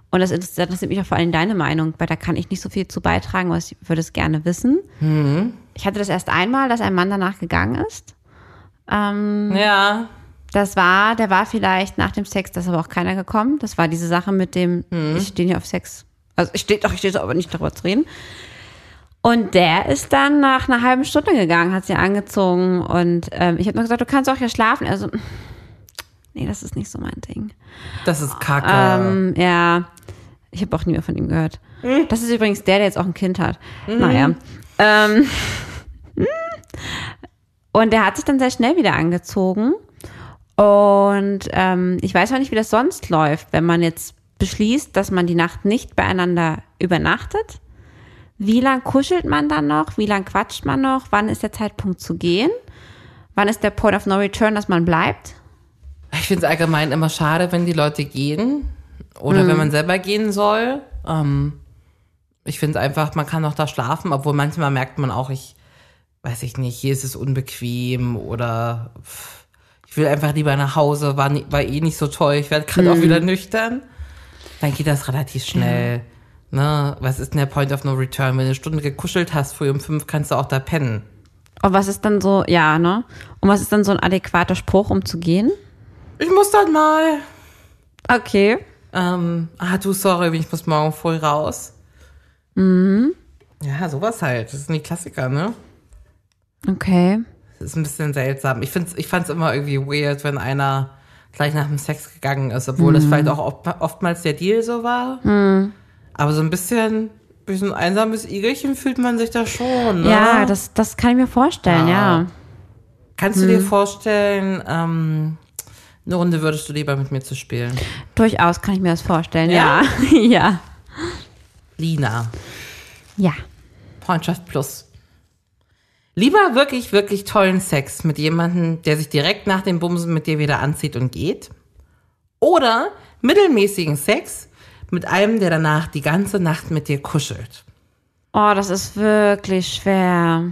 Speaker 3: Und das interessiert, das interessiert mich auch vor allem deine Meinung, weil da kann ich nicht so viel zu beitragen, aber ich würde es gerne wissen. Ich hatte das erst einmal, dass ein Mann danach gegangen ist.
Speaker 2: Mm.
Speaker 3: Ähm,
Speaker 2: Ja.
Speaker 3: das war, der war vielleicht nach dem Sex, das ist aber auch keiner gekommen. Das war diese Sache mit dem, ich stehe nicht auf Sex. Also ich stehe doch, ich stehe so, aber nicht darüber zu reden. Und der ist dann nach einer halben Stunde gegangen, hat sie angezogen und ähm, ich habe nur gesagt, du kannst auch hier schlafen. Also, nee, das ist nicht so mein Ding.
Speaker 2: Das ist kacke.
Speaker 3: Ähm, ja, ich habe auch nie mehr von ihm gehört. Das ist übrigens der, der jetzt auch ein Kind hat. Naja. Ähm, und der hat sich dann sehr schnell wieder angezogen. Und ähm, ich weiß auch nicht, wie das sonst läuft, wenn man jetzt beschließt, dass man die Nacht nicht beieinander übernachtet. Wie lang kuschelt man dann noch? Wie lang quatscht man noch? Wann ist der Zeitpunkt zu gehen? Wann ist der Point of No Return, dass man bleibt?
Speaker 2: Ich finde es allgemein immer schade, wenn die Leute gehen oder wenn man selber gehen soll. Ähm, ich finde es einfach, man kann auch da schlafen, obwohl manchmal merkt man auch, ich weiß ich nicht, hier ist es unbequem oder pff, ich will einfach lieber nach Hause, war, nie, war eh nicht so toll, ich werde gerade auch wieder nüchtern. Dann geht das relativ schnell. Ne? Was ist denn der Point of No Return? Wenn du eine Stunde gekuschelt hast, früh um fünf, kannst du auch da pennen.
Speaker 3: Und was ist dann so, ja, ne? Und was ist dann so ein adäquater Spruch, um zu gehen?
Speaker 2: Ich muss dann mal.
Speaker 3: Okay.
Speaker 2: Ähm, ah, du, sorry, ich muss morgen früh raus. Mhm. Ja, sowas halt. Das sind die Klassiker, ne?
Speaker 3: Okay.
Speaker 2: Das ist ein bisschen seltsam. Ich, find's, ich fand's immer irgendwie weird, wenn einer gleich nach dem Sex gegangen ist, obwohl
Speaker 3: Mhm.
Speaker 2: das vielleicht auch oft, oftmals der Deal so war. Aber so ein bisschen, wie so ein einsames Igelchen fühlt man sich da schon, ne?
Speaker 3: Ja, das, das kann ich mir vorstellen, ja.
Speaker 2: Kannst du
Speaker 3: mhm.
Speaker 2: dir vorstellen, ähm, eine Runde würdest du lieber mit mir zu spielen?
Speaker 3: Durchaus kann ich mir das vorstellen, ja. Ja.
Speaker 2: Lina.
Speaker 3: [LAUGHS] Ja.
Speaker 2: Freundschaft plus. Lieber wirklich, wirklich tollen Sex mit jemandem, der sich direkt nach dem Bumsen mit dir wieder anzieht und geht. Oder mittelmäßigen Sex mit einem, der danach die ganze Nacht mit dir kuschelt.
Speaker 3: Oh, das ist wirklich schwer.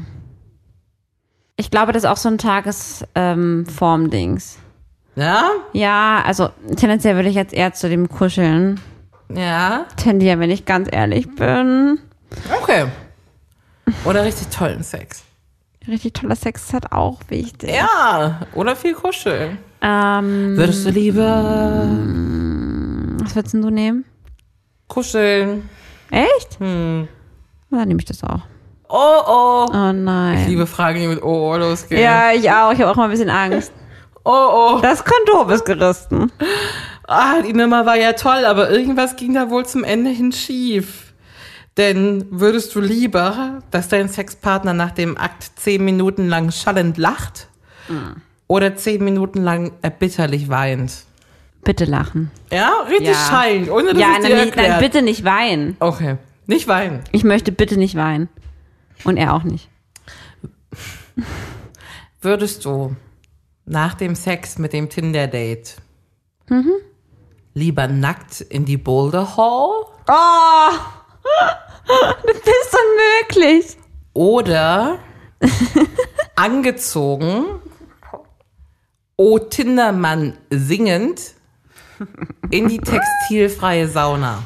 Speaker 3: Ich glaube, das ist auch so ein Tagesform-Dings. Ähm, Formdings.
Speaker 2: Ja?
Speaker 3: ja, also tendenziell würde ich jetzt eher zu dem Kuscheln
Speaker 2: Ja?
Speaker 3: tendieren, wenn ich ganz ehrlich bin.
Speaker 2: Okay. Oder richtig tollen Sex.
Speaker 3: Richtig toller Sex ist halt auch wichtig.
Speaker 2: Ja, oder viel kuscheln.
Speaker 3: Ähm,
Speaker 2: Würdest du lieber
Speaker 3: was würdest denn du nehmen?
Speaker 2: kuscheln?
Speaker 3: Echt? Hm. Dann nehme ich das auch.
Speaker 2: Oh, oh.
Speaker 3: Oh nein.
Speaker 2: Liebe Fragen, die mit Oh, oh losgehen.
Speaker 3: Ja, ich auch. Ich habe auch mal ein bisschen Angst.
Speaker 2: Oh, oh.
Speaker 3: Das Kondom ist gerissen.
Speaker 2: Ah, die Nummer war ja toll, aber irgendwas ging da wohl zum Ende hin schief. Denn würdest du lieber, dass dein Sexpartner nach dem Akt zehn Minuten lang schallend lacht
Speaker 3: Mm.
Speaker 2: oder zehn Minuten lang erbitterlich weint?
Speaker 3: Bitte lachen.
Speaker 2: Ja, richtig
Speaker 3: Ja.
Speaker 2: schallend, ohne dass es dir
Speaker 3: nein,
Speaker 2: erklärt.
Speaker 3: nein, bitte nicht weinen.
Speaker 2: Okay, nicht weinen.
Speaker 3: Ich möchte bitte nicht weinen. Und er auch nicht.
Speaker 2: Würdest du nach dem Sex mit dem Tinder-Date
Speaker 3: Mhm.
Speaker 2: lieber nackt in die Boulder Hall
Speaker 3: Oh! [LAUGHS] Das ist unmöglich.
Speaker 2: oder [LAUGHS] angezogen, O Tindermann singend, in die textilfreie Sauna.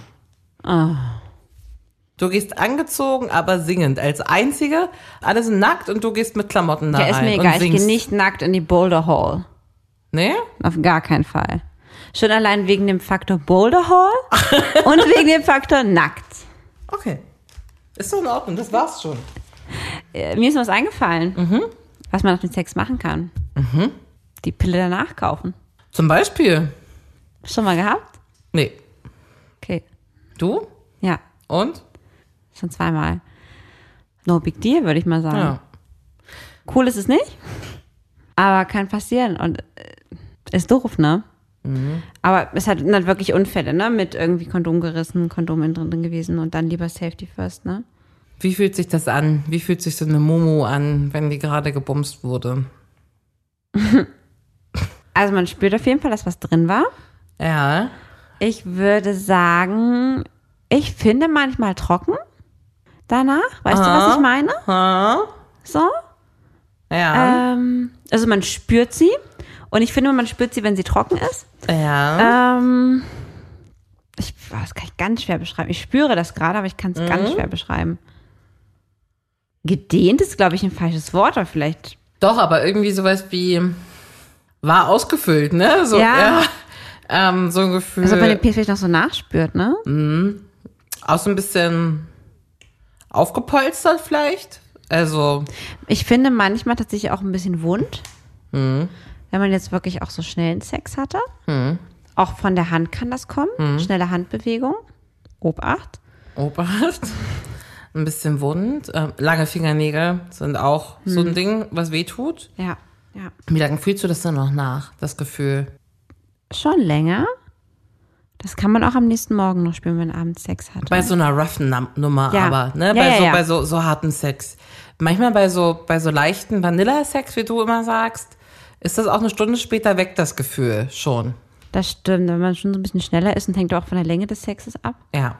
Speaker 2: Du gehst angezogen, aber singend als Einzige. Alle sind nackt und du gehst mit Klamotten da
Speaker 3: Ja, ist
Speaker 2: rein
Speaker 3: mir
Speaker 2: und
Speaker 3: egal. Ich gehe
Speaker 2: singst.
Speaker 3: nicht nackt in die Boulder Hall.
Speaker 2: Nee?
Speaker 3: Auf gar keinen Fall. Schon allein wegen dem Faktor Boulder
Speaker 2: [LAUGHS]
Speaker 3: Hall und wegen dem Faktor nackt.
Speaker 2: Okay. Ist doch in Ordnung, das war's schon.
Speaker 3: Äh, Mir ist was eingefallen, was man nach dem Sex machen kann. Die Pille danach kaufen.
Speaker 2: Zum Beispiel.
Speaker 3: Schon mal gehabt?
Speaker 2: Nee.
Speaker 3: Okay.
Speaker 2: Du?
Speaker 3: Ja,
Speaker 2: Und?
Speaker 3: schon zweimal. No big deal, würde ich mal sagen.
Speaker 2: Ja.
Speaker 3: Cool ist es nicht, aber kann passieren und äh, ist doof, ne? Aber es hat dann wirklich Unfälle, ne? Mit irgendwie Kondom gerissen, Kondom innen drin gewesen und dann lieber Safety First, ne?
Speaker 2: Wie fühlt sich das an? Wie fühlt sich so eine Momo an, wenn die gerade gebumst wurde?
Speaker 3: Also man spürt auf jeden Fall, dass was drin war.
Speaker 2: Ja.
Speaker 3: Ich würde sagen, ich finde manchmal trocken danach. Weißt du, was ich meine?
Speaker 2: Ha?
Speaker 3: So?
Speaker 2: Ja.
Speaker 3: Ähm, also man spürt sie Und ich finde, man spürt sie, wenn sie trocken ist.
Speaker 2: Ja.
Speaker 3: Ähm, ich, boah, das kann ich ganz schwer beschreiben. Ich spüre das gerade, aber ich kann
Speaker 2: Mhm.
Speaker 3: es ganz schwer beschreiben. Gedehnt ist, glaube ich, ein falsches Wort, aber vielleicht.
Speaker 2: Doch, aber irgendwie sowas wie war ausgefüllt, ne? So,
Speaker 3: Ja.
Speaker 2: ja. Ähm, so ein Gefühl.
Speaker 3: Also, ob man den Penis vielleicht noch so nachspürt, ne?
Speaker 2: auch so ein bisschen aufgepolstert vielleicht. Also,
Speaker 3: Ich finde manchmal tatsächlich auch ein bisschen wund. Wenn man jetzt wirklich auch so schnellen Sex hatte. Auch von der Hand kann das kommen. Schnelle Handbewegung. Obacht.
Speaker 2: Obacht. [LAUGHS] Ein bisschen wund. Ähm, lange Fingernägel sind auch so
Speaker 3: Hm.
Speaker 2: ein Ding, was weh tut.
Speaker 3: Ja, ja.
Speaker 2: Wie lange fühlst du das denn noch nach, das Gefühl?
Speaker 3: Schon länger. Das kann man auch am nächsten Morgen noch spüren, wenn man abends Sex hat.
Speaker 2: Bei so einer roughen Num- Nummer
Speaker 3: Ja.
Speaker 2: aber, ne?
Speaker 3: Ja,
Speaker 2: bei
Speaker 3: ja,
Speaker 2: so,
Speaker 3: ja.
Speaker 2: bei so, so harten Sex. Manchmal bei so, bei so leichten Vanilla-Sex, wie du immer sagst, ist das auch eine Stunde später weg, das Gefühl schon.
Speaker 3: Das stimmt, wenn man schon so ein bisschen schneller ist und hängt auch von der Länge des Sexes ab.
Speaker 2: Ja.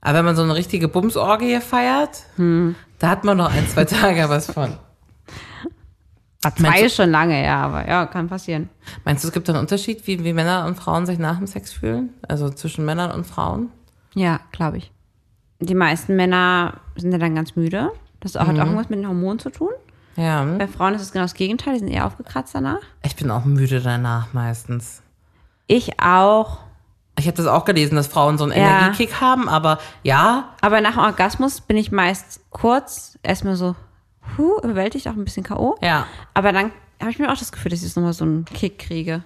Speaker 2: Aber wenn man so eine richtige Bumsorgie feiert,
Speaker 3: Hm.
Speaker 2: da hat man noch ein, zwei Tage was von.
Speaker 3: Zwei
Speaker 2: Meinst
Speaker 3: ist schon lange, ja, aber ja, kann passieren.
Speaker 2: du, meinst du, es gibt da einen Unterschied, wie, wie Männer und Frauen sich nach dem Sex fühlen? Also zwischen Männern und Frauen?
Speaker 3: Ja, glaube ich. Die meisten Männer sind ja dann ganz müde. Das hat auch irgendwas mit den Hormonen zu tun.
Speaker 2: Ja.
Speaker 3: Bei Frauen ist es genau das Gegenteil, die sind eher aufgekratzt danach.
Speaker 2: Ich bin auch müde danach meistens.
Speaker 3: Ich auch.
Speaker 2: Ich habe das auch gelesen, dass Frauen so einen
Speaker 3: Ja.
Speaker 2: Energiekick haben, aber ja,
Speaker 3: Aber nach dem Orgasmus bin ich meist kurz erstmal so, huh, überwältigt, auch ein bisschen K.O.
Speaker 2: Ja.
Speaker 3: Aber dann habe ich mir auch das Gefühl, dass ich jetzt nochmal so einen Kick kriege.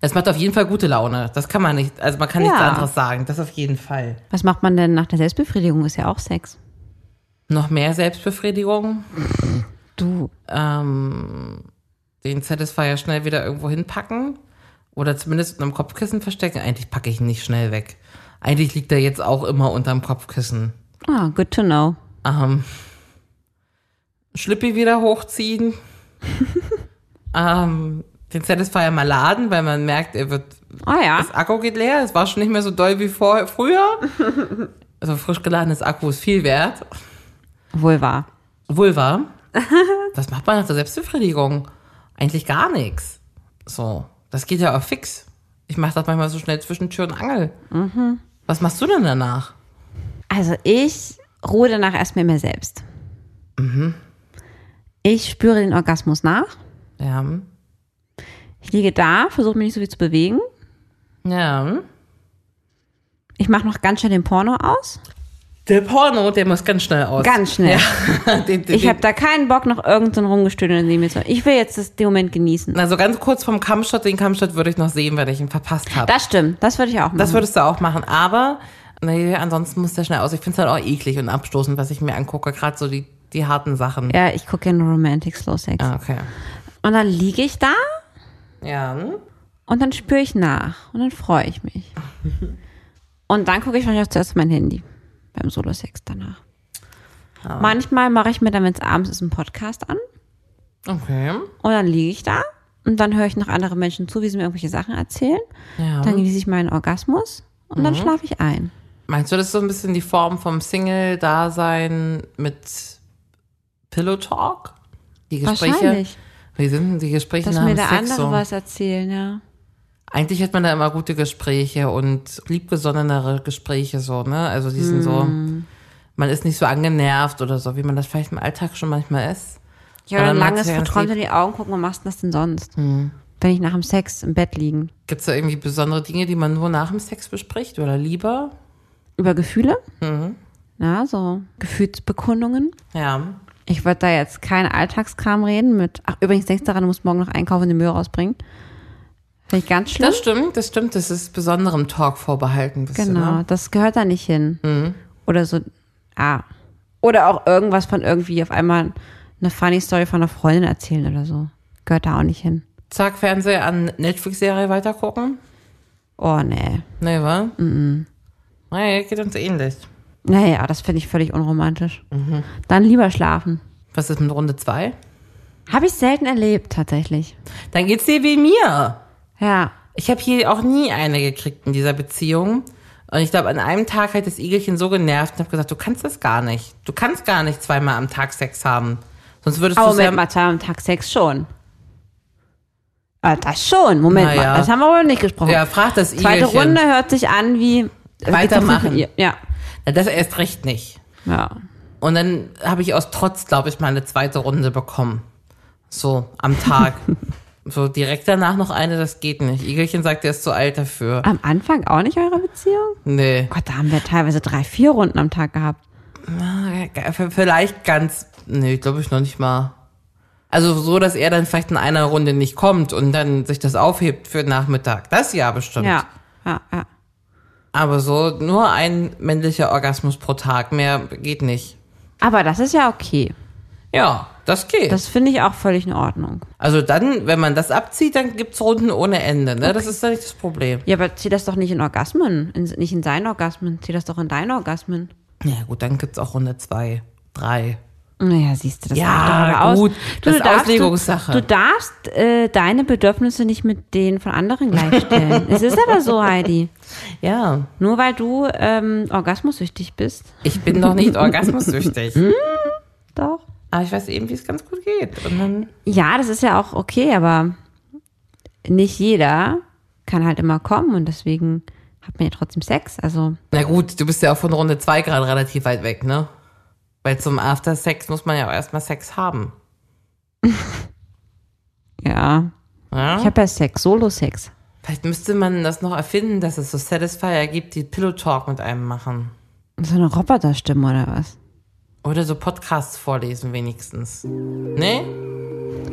Speaker 2: Das macht auf jeden Fall gute Laune. Das kann man nicht, also man kann nichts
Speaker 3: Ja.
Speaker 2: anderes sagen. Das auf jeden Fall.
Speaker 3: Was macht man denn nach der Selbstbefriedigung? Ist ja auch Sex.
Speaker 2: Noch mehr Selbstbefriedigung,
Speaker 3: [LAUGHS]
Speaker 2: Ähm,
Speaker 3: Du.
Speaker 2: den Satisfier schnell wieder irgendwo hinpacken oder zumindest unterm Kopfkissen verstecken. Eigentlich packe ich ihn nicht schnell weg. Eigentlich liegt er jetzt auch immer unterm Kopfkissen.
Speaker 3: Ah, good to know.
Speaker 2: Ähm, Schlippi wieder
Speaker 3: [LAUGHS]
Speaker 2: hochziehen. ähm, den Satisfier mal laden, weil man merkt, er wird
Speaker 3: Ah ja.
Speaker 2: Das Akku geht leer, es war schon nicht mehr so doll wie vor, früher. [LAUGHS] Also frisch geladenes Akku ist viel wert.
Speaker 3: Wohl wahr.
Speaker 2: [LAUGHS] Vulva. Was macht man nach der Selbstbefriedigung? Eigentlich gar nichts. So, das geht ja auch fix. Ich mache das manchmal so schnell zwischen Tür und Angel. Was machst du denn danach?
Speaker 3: Also ich ruhe danach erstmal in mir selbst. Ich spüre den Orgasmus nach.
Speaker 2: Ja. hm?
Speaker 3: Ich liege da, versuche mich nicht so viel zu bewegen.
Speaker 2: Ja. hm?
Speaker 3: Ich mache noch ganz schnell den Porno aus.
Speaker 2: Der Porno, der muss ganz schnell aus.
Speaker 3: Ganz schnell.
Speaker 2: Den- den-
Speaker 3: Ich habe da keinen Bock, noch irgendein Rumgestöhne in dem jetzt. Ich will jetzt das, den Moment genießen.
Speaker 2: also ganz kurz vom Kampfshot, den Kampfshot würde ich noch sehen, wenn ich ihn verpasst habe.
Speaker 3: Das stimmt. Das würde ich auch machen.
Speaker 2: Das würdest du auch machen, aber nee, ansonsten muss der schnell aus. Ich finde es halt auch eklig und abstoßend, was ich mir angucke, gerade so die, die harten Sachen.
Speaker 3: ja, ich gucke ja nur Romantic Slow Sex.
Speaker 2: Ja, okay.
Speaker 3: Und dann liege ich da
Speaker 2: Ja. hm?
Speaker 3: und dann spüre ich nach. Und dann freue
Speaker 2: [LAUGHS]
Speaker 3: ich mich. und dann gucke ich wahrscheinlich auch zuerst auf mein Handy. Beim Solo-Sex danach.
Speaker 2: Ah.
Speaker 3: Manchmal mache ich mir dann, wenn es abends ist, einen Podcast an.
Speaker 2: Okay.
Speaker 3: Und dann liege ich da und dann höre ich noch andere Menschen zu, wie sie mir irgendwelche Sachen erzählen.
Speaker 2: Ja. Mhm.
Speaker 3: Dann genieße ich meinen Orgasmus und dann schlafe ich ein.
Speaker 2: Meinst du, das ist so ein bisschen die Form vom Single-Dasein mit Pillow Talk? Die Gespräche.
Speaker 3: Wahrscheinlich.
Speaker 2: Wie sind denn die Gespräche
Speaker 3: Dass
Speaker 2: nach
Speaker 3: mir
Speaker 2: dem
Speaker 3: der
Speaker 2: Sex
Speaker 3: andere
Speaker 2: so?
Speaker 3: was erzählen, ja.
Speaker 2: Eigentlich hat man da immer gute Gespräche und liebgesonnenere Gespräche so, ne? Also die sind so,
Speaker 3: Hm.
Speaker 2: man ist nicht so angenervt oder so, wie man das vielleicht im Alltag schon manchmal ist.
Speaker 3: Ja,
Speaker 2: Aber
Speaker 3: oder ein
Speaker 2: dann magst
Speaker 3: langes
Speaker 2: du ja ganz
Speaker 3: Verträumt in die Augen gucken, was machst du das denn sonst?
Speaker 2: Hm.
Speaker 3: Wenn ich nach dem Sex im Bett liegen.
Speaker 2: Gibt es da irgendwie besondere Dinge, die man nur nach dem Sex bespricht oder lieber?
Speaker 3: Über Gefühle?
Speaker 2: Mhm.
Speaker 3: Ja, so Gefühlsbekundungen.
Speaker 2: Ja.
Speaker 3: Ich würde da jetzt keinen Alltagskram reden mit, ach übrigens, denkst daran, du musst morgen noch einkaufen und den Müll rausbringen. Finde ich ganz schlimm.
Speaker 2: Das stimmt, das stimmt. Das ist besonderem Talk vorbehalten. Bist Du,
Speaker 3: Genau,
Speaker 2: ne? Mhm.
Speaker 3: das gehört da nicht hin. Oder so, ah. Oder auch irgendwas von irgendwie auf einmal eine funny Story von einer Freundin erzählen oder so. Gehört da auch nicht hin.
Speaker 2: Zack, Fernseher an Netflix-Serie weitergucken?
Speaker 3: Oh, nee.
Speaker 2: Nee, wa? Mhm. Naja, geht uns ähnlich.
Speaker 3: Naja, das finde ich völlig unromantisch.
Speaker 2: Mhm.
Speaker 3: Dann lieber schlafen.
Speaker 2: Was ist mit Runde zwei?
Speaker 3: Habe ich selten erlebt, tatsächlich.
Speaker 2: Dann geht's dir wie mir.
Speaker 3: Ja.
Speaker 2: Ich habe hier auch nie eine gekriegt in dieser Beziehung. Und ich glaube, an einem Tag hat das Igelchen so genervt und habe gesagt, du kannst das gar nicht. Du kannst gar nicht zweimal am Tag Sex haben. Sonst würdest
Speaker 3: Aber
Speaker 2: du es ja
Speaker 3: Moment mal, zweimal am Tag Sex schon. Ah, das schon. Moment
Speaker 2: Na ja.
Speaker 3: mal. Das haben wir wohl nicht gesprochen.
Speaker 2: Ja, frag das
Speaker 3: Zweite
Speaker 2: Igelchen.
Speaker 3: Runde hört sich an wie.
Speaker 2: Weitermachen.
Speaker 3: Ja.
Speaker 2: Na, das erst recht nicht.
Speaker 3: Ja.
Speaker 2: Und dann habe ich aus Trotz, glaube ich, mal eine zweite Runde bekommen. So, am
Speaker 3: [LAUGHS]
Speaker 2: Tag. so direkt danach noch eine, das geht nicht. Igelchen sagt, er ist zu alt dafür.
Speaker 3: Am Anfang auch nicht eure Beziehung? Oh
Speaker 2: Nee.
Speaker 3: Gott, da haben wir teilweise drei, vier Runden am Tag gehabt.
Speaker 2: V- Vielleicht ganz. Nee, glaube ich noch nicht mal. Also so, dass er dann vielleicht in einer Runde nicht kommt und dann sich das aufhebt für den Nachmittag. Das ja bestimmt.
Speaker 3: Ja. Ja, ja.
Speaker 2: Aber so nur ein männlicher Orgasmus pro Tag, mehr geht nicht.
Speaker 3: Aber das ist ja okay.
Speaker 2: Ja, das geht.
Speaker 3: Das finde ich auch völlig in Ordnung.
Speaker 2: also dann, wenn man das abzieht, dann gibt's Runden ohne Ende. Ne? Das ist dann nicht das Problem.
Speaker 3: Ja, aber zieh das doch nicht in Orgasmen. In, nicht in seinen Orgasmen. Zieh das doch in deinen Orgasmen.
Speaker 2: Ja gut, dann gibt's auch Runde zwei, drei.
Speaker 3: Naja, siehst du, das
Speaker 2: Ja,
Speaker 3: sagt doch aber
Speaker 2: gut.
Speaker 3: Aus.
Speaker 2: Das ist Auslegungssache.
Speaker 3: Du, du darfst äh, deine Bedürfnisse nicht mit denen von
Speaker 2: [LAUGHS]
Speaker 3: anderen gleichstellen. es ist aber so, Heidi.
Speaker 2: Ja,
Speaker 3: Nur weil du ähm, orgasmussüchtig bist.
Speaker 2: ich bin noch [LAUGHS] nicht orgasmussüchtig.
Speaker 3: Doch.
Speaker 2: Aber ich weiß eben, wie es ganz gut geht. Und dann,
Speaker 3: Ja, das ist ja auch okay, aber nicht jeder kann halt immer kommen und deswegen hat man ja trotzdem Sex. Also,
Speaker 2: na gut, du bist ja auch von Runde zwei gerade relativ weit weg, ne? Weil zum After-Sex muss man ja auch erstmal Sex haben.
Speaker 3: ja.
Speaker 2: Ja?
Speaker 3: Ich habe ja Sex, Solo-Sex.
Speaker 2: Vielleicht müsste man das noch erfinden, dass es so Satisfier gibt, die Pillow Talk mit einem machen.
Speaker 3: So eine Roboterstimme oder was?
Speaker 2: Oder so Podcasts vorlesen wenigstens. Ne?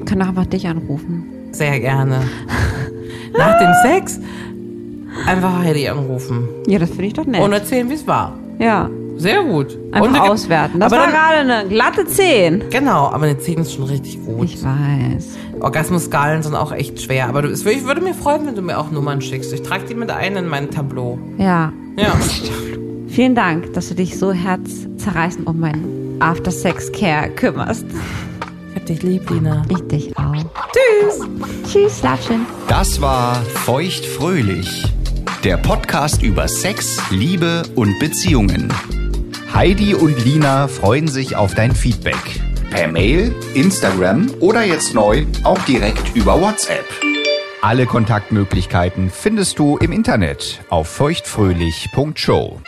Speaker 3: Kann doch einfach dich anrufen.
Speaker 2: Sehr [LAUGHS] gerne. Nach dem Sex einfach Heidi anrufen
Speaker 3: Ja, das finde ich doch nett.
Speaker 2: und erzählen, wie es war.
Speaker 3: ja.
Speaker 2: Sehr gut.
Speaker 3: Einfach
Speaker 2: und da gibt-
Speaker 3: auswerten. Das
Speaker 2: aber
Speaker 3: war
Speaker 2: dann,
Speaker 3: gerade eine glatte 10.
Speaker 2: genau, aber eine 10 ist schon richtig gut.
Speaker 3: Ich weiß.
Speaker 2: Orgasmusskalen sind auch echt schwer, aber du, es wür- ich würde mir freuen, wenn du mir auch Nummern schickst. Ich trage die mit ein in mein Tableau.
Speaker 3: Ja.
Speaker 2: Ja.
Speaker 3: Vielen Dank, dass du dich so herzzerreißend um meinen After-Sex-Care kümmerst.
Speaker 2: Ich hab dich lieb, Lina.
Speaker 3: Ich dich auch. Tschüss. Tschüss, Latschen.
Speaker 1: Das war Feuchtfröhlich, der Podcast über Sex, Liebe und Beziehungen. Heidi und Lina freuen sich auf dein Feedback. Per Mail, Instagram oder jetzt neu auch direkt über WhatsApp. Alle Kontaktmöglichkeiten findest du im Internet auf feuchtfröhlich.show.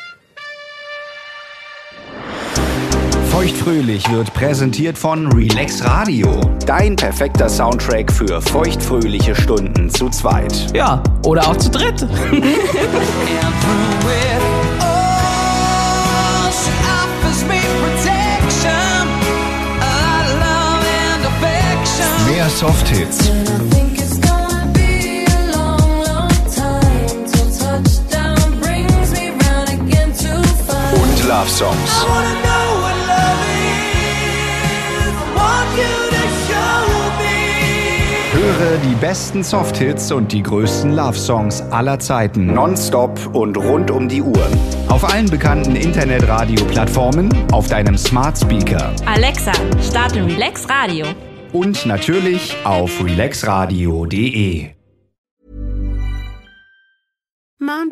Speaker 1: Feuchtfröhlich wird präsentiert von Relax Radio. Dein perfekter Soundtrack für feuchtfröhliche Stunden zu zweit.
Speaker 2: Ja, oder auch zu dritt.
Speaker 1: Mehr Softhits und Love Songs. Höre die besten Softhits und die größten Love Songs aller Zeiten nonstop und rund um die Uhr auf allen bekannten Internetradio-Plattformen, auf deinem Smart Speaker
Speaker 3: Alexa, starte Relax Radio.
Speaker 1: und natürlich auf relaxradio.de.
Speaker 7: Mom